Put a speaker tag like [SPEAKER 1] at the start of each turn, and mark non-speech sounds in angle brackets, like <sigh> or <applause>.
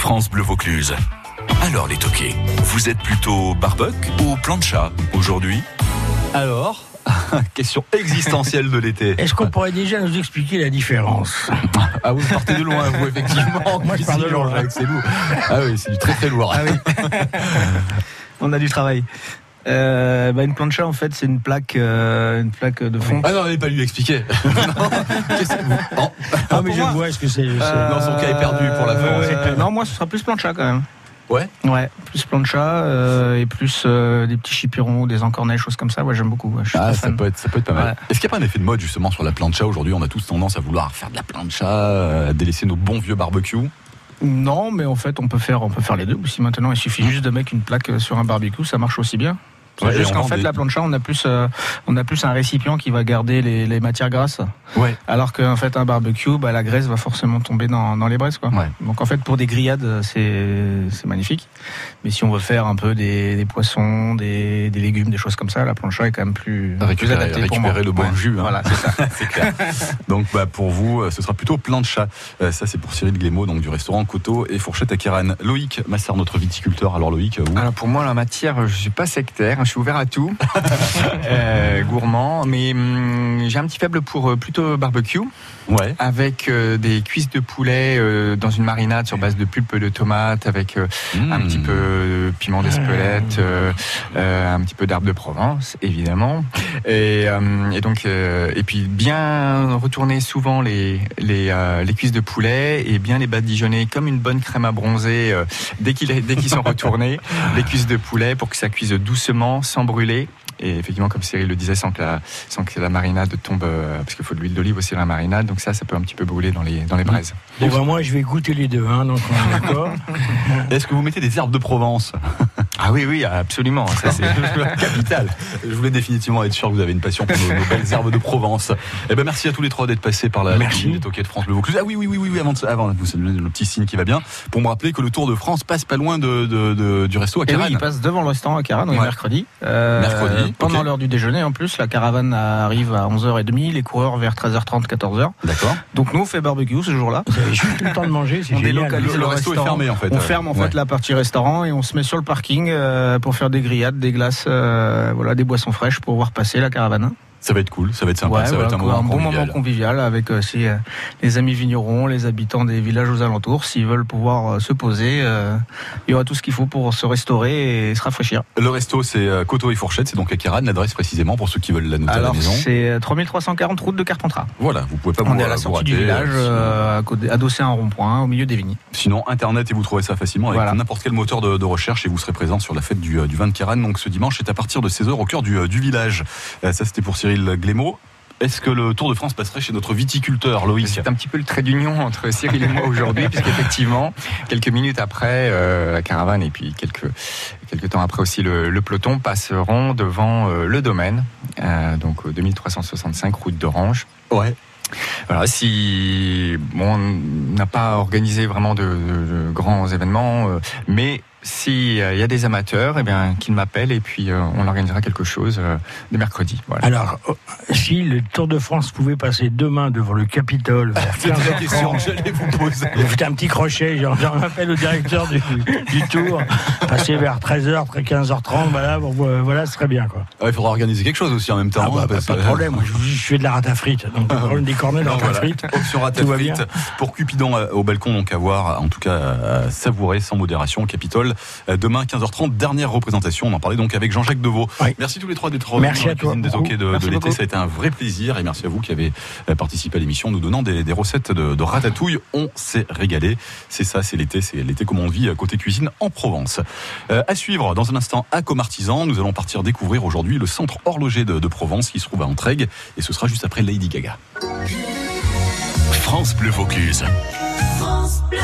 [SPEAKER 1] France Bleu Vaucluse. Alors les toqués, vous êtes plutôt barbecue ou plancha aujourd'hui
[SPEAKER 2] <laughs>
[SPEAKER 3] Alors, question existentielle de l'été.
[SPEAKER 4] Est-ce qu'on pourrait déjà nous expliquer la différence
[SPEAKER 3] Ah, vous partez de loin, vous,
[SPEAKER 2] <laughs>
[SPEAKER 3] effectivement.
[SPEAKER 4] Moi, je pars de
[SPEAKER 3] Cuisine,
[SPEAKER 4] loin.
[SPEAKER 3] Jean-Jacques, C'est lourd. Ah oui, c'est du très très lourd.
[SPEAKER 5] On a du travail. Euh, bah, une plancha, en fait, c'est une plaque, euh, une plaque de fond.
[SPEAKER 3] Ah non, n'allez pas lui
[SPEAKER 2] <laughs>
[SPEAKER 3] expliquer. Non, qu'est-ce que vous- non.
[SPEAKER 4] Ah, mais
[SPEAKER 5] pour
[SPEAKER 4] je
[SPEAKER 5] moi.
[SPEAKER 4] vois ce que c'est. je sais.
[SPEAKER 3] non, son cas est perdu pour la France.
[SPEAKER 5] Euh, non, moi, ce sera plus plancha quand même.
[SPEAKER 3] Ouais.
[SPEAKER 5] Ouais, plus plancha euh, et plus euh, des petits chipirons, des encornets, choses comme ça. Ouais, j'aime beaucoup. ouais, je suis
[SPEAKER 2] Ah,
[SPEAKER 5] très
[SPEAKER 2] ça
[SPEAKER 5] fan.
[SPEAKER 2] peut, être, ça peut être pas mal.
[SPEAKER 5] Ouais.
[SPEAKER 2] Est-ce qu'il n'y a pas un effet de mode justement sur la plancha aujourd'hui On a tous tendance à vouloir faire de la plancha, euh, à délaisser nos bons vieux barbecues.
[SPEAKER 5] Non, mais en fait, on peut faire, on peut faire les deux aussi. Maintenant, il suffit juste de mettre une plaque euh, sur un barbecue, ça marche aussi bien. C'est
[SPEAKER 2] Ouais, et
[SPEAKER 5] juste
[SPEAKER 2] on
[SPEAKER 5] qu'en
[SPEAKER 2] vend
[SPEAKER 5] fait,
[SPEAKER 2] des-
[SPEAKER 5] la plancha, on a plus, euh, on a plus un récipient qui va garder les, les matières grasses.
[SPEAKER 2] Ouais.
[SPEAKER 5] Alors qu'en fait, un barbecue, bah, la graisse va forcément tomber dans, dans les braises, quoi.
[SPEAKER 2] Ouais.
[SPEAKER 5] Donc en fait, pour des grillades, euh, c'est, c'est magnifique. Mais si on veut faire un peu des, des poissons, des, des légumes, des choses comme ça, la plancha est quand même plus, plus
[SPEAKER 2] Récupérer,
[SPEAKER 5] adaptée pour moi.
[SPEAKER 2] récupérer le bon
[SPEAKER 5] Ouais.
[SPEAKER 2] jus. hein.
[SPEAKER 5] Voilà, c'est ça.
[SPEAKER 2] C'est
[SPEAKER 5] <laughs>
[SPEAKER 2] clair. donc bah, pour vous, euh, ce sera plutôt plancha. Euh, ça, c'est pour Cyril Glémaud, donc du restaurant Coteau et Fourchette à Kéran. Loïc Massard, notre viticulteur. Alors Loïc, euh, vous
[SPEAKER 6] Alors pour moi, la matière, je suis pas sectaire, hein, je suis ouvert à tout, euh, gourmand, mais hum, j'ai un petit faible pour euh, plutôt barbecue,
[SPEAKER 2] Ouais.
[SPEAKER 6] avec euh, des cuisses de poulet euh, dans une marinade sur base de pulpe de tomate, avec euh, un
[SPEAKER 2] Mmh.
[SPEAKER 6] petit peu de piment d'Espelette, euh, euh, un petit peu d'arbre de Provence, évidemment, et, euh, et donc euh, et puis bien retourner souvent les les, euh, les cuisses de poulet et bien les badigeonner comme une bonne crème à bronzer euh, dès qu'ils dès qu'ils sont <laughs> retournés les cuisses de poulet pour que ça cuise doucement sans brûler. Et effectivement, comme Cyril le disait, sans que la, sans que la marinade tombe, euh, parce qu'il faut de l'huile d'olive aussi dans la marinade, donc ça, ça peut un petit peu brûler dans les, dans les braises.
[SPEAKER 4] Bon, bah, moi, je vais goûter les deux, hein, donc on est d'accord.
[SPEAKER 2] Est-ce que vous mettez des herbes de
[SPEAKER 5] <laughs>
[SPEAKER 2] Provence
[SPEAKER 6] Ah oui, oui, absolument. <laughs> Ça, c'est
[SPEAKER 2] Capital. Je voulais définitivement être sûr que vous avez une passion pour nos, nos belles herbes de Provence. Eh ben, merci à tous les trois d'être passés par la la
[SPEAKER 4] Merci.
[SPEAKER 2] cuisine des Toquets de France Bleu Vaucluse. Ah oui, oui, oui, oui, oui, avant, de- avant vous savez, le petit signe qui va bien, pour me rappeler que le Tour de France passe pas loin de, de- de- du resto à
[SPEAKER 5] Et Eh oui,
[SPEAKER 2] Caran.
[SPEAKER 5] il passe devant le restaurant à Caran, on est
[SPEAKER 2] Ouais.
[SPEAKER 5] mercredi. Euh,
[SPEAKER 2] Mercredi,
[SPEAKER 5] Pendant
[SPEAKER 2] ok.
[SPEAKER 5] l'heure du déjeuner, en plus, la caravane arrive à 11h30, les coureurs vers 13h30, 14h.
[SPEAKER 2] D'accord.
[SPEAKER 5] Donc nous, on fait barbecue ce jour-là.
[SPEAKER 4] Je suis tout le temps de manger, c'est
[SPEAKER 5] On
[SPEAKER 4] génial.
[SPEAKER 2] Le,
[SPEAKER 5] délocalise
[SPEAKER 2] le resto est fermé en fait.
[SPEAKER 5] On
[SPEAKER 2] Euh,
[SPEAKER 5] ferme en
[SPEAKER 2] ouais.
[SPEAKER 5] fait la partie restaurant et on se met sur le parking euh, pour faire des grillades, des glaces, euh, voilà, des boissons fraîches pour voir passer la caravane.
[SPEAKER 2] Ça va être cool, ça va être sympa,
[SPEAKER 5] Ouais,
[SPEAKER 2] ça
[SPEAKER 5] voilà,
[SPEAKER 2] va être un,
[SPEAKER 5] quoi,
[SPEAKER 2] moment
[SPEAKER 5] bon moment
[SPEAKER 2] convivial.
[SPEAKER 5] convivial avec euh, aussi euh, les amis vignerons, les habitants des villages aux alentours, s'ils veulent pouvoir euh, se poser, euh, il y aura tout ce qu'il faut pour se restaurer et se rafraîchir.
[SPEAKER 2] Le resto c'est euh, Coteau et Fourchette, c'est donc à Caran, l'adresse précisément pour ceux qui veulent la noter à la
[SPEAKER 5] Alors
[SPEAKER 2] maison.
[SPEAKER 5] c'est euh, 3340 route de Carpentras.
[SPEAKER 2] Voilà, vous pouvez pas
[SPEAKER 5] On
[SPEAKER 2] vous,
[SPEAKER 5] est à la
[SPEAKER 2] vous
[SPEAKER 5] sortie du
[SPEAKER 2] rater,
[SPEAKER 5] village,
[SPEAKER 2] euh,
[SPEAKER 5] euh, à côté- adossé à un rond-point au milieu des vignes.
[SPEAKER 2] Sinon, Internet, et vous trouvez ça facilement avec
[SPEAKER 5] Voilà.
[SPEAKER 2] n'importe quel moteur de, de recherche et vous serez présent sur la fête du, euh, du 20 Caran. Donc ce dimanche, c'est à partir de 16h au cœur du, euh, du village. Euh, ça, c'était pour Cyril Glémaud. Est-ce que le Tour de France passerait chez notre viticulteur, Loïc
[SPEAKER 6] C'est un petit peu le trait d'union entre Cyril et moi aujourd'hui, puisqu'effectivement, quelques minutes après, euh, la caravane et puis quelques, quelques temps après aussi le, le peloton passeront devant euh, le domaine, euh, donc au 2365 route d'Orange.
[SPEAKER 2] Ouais.
[SPEAKER 6] Voilà, si bon, on n'a pas organisé vraiment de, de- de grands événements, euh, mais s'il y a des amateurs, eh bien, qu'ils m'appellent et puis euh, on organisera quelque chose euh, le mercredi. Voilà.
[SPEAKER 4] Alors, euh, si le Tour de France pouvait passer demain devant le Capitole, vers
[SPEAKER 2] C'est la <laughs>
[SPEAKER 4] 15h30,
[SPEAKER 2] question que j'allais vous poser.
[SPEAKER 4] J'ai fait un petit crochet, j'en j'en appelle au directeur du, du tour, passer vers 13h, 15h30, voilà, bon, euh, voilà, ce serait bien. Quoi.
[SPEAKER 2] Ah, il faudra organiser quelque chose aussi en même temps.
[SPEAKER 4] Ah, bah,
[SPEAKER 2] hein,
[SPEAKER 4] pas,
[SPEAKER 2] parce
[SPEAKER 4] pas de
[SPEAKER 2] que-
[SPEAKER 4] problème, moi, je, je fais de la rate à frites, donc pas de problème des cornets, de la
[SPEAKER 2] Non,
[SPEAKER 4] rate à
[SPEAKER 2] voilà.
[SPEAKER 4] frites.
[SPEAKER 2] Option rate à
[SPEAKER 4] Tout va
[SPEAKER 2] frites
[SPEAKER 4] bien.
[SPEAKER 2] pour Cupidon euh, au balcon, donc à voir, en tout cas à savourer sans modération au Capitole. Euh, Demain, 15h30, dernière représentation. On en parlait donc avec Jean-Jacques Deveau.
[SPEAKER 4] Oui.
[SPEAKER 2] Merci tous les trois d'être revenus dans
[SPEAKER 4] Merci
[SPEAKER 2] la
[SPEAKER 4] à toi,
[SPEAKER 2] cuisine des
[SPEAKER 4] beaucoup.
[SPEAKER 2] hockey de,
[SPEAKER 5] Merci
[SPEAKER 2] de l'été.
[SPEAKER 5] beaucoup.
[SPEAKER 2] Ça a été un vrai plaisir et merci à vous qui avez euh, participé à l'émission en nous donnant des, des recettes de, de ratatouille. On s'est régalé. C'est ça, c'est l'été, c'est l'été comme on vit euh, côté cuisine en Provence. Euh, à suivre, dans un instant, à Comartisan, nous allons partir découvrir aujourd'hui le centre horloger de, de Provence qui se trouve à Entraigues et ce sera juste après Lady Gaga.
[SPEAKER 1] France Bleu Vaucluse.
[SPEAKER 7] France Bleu.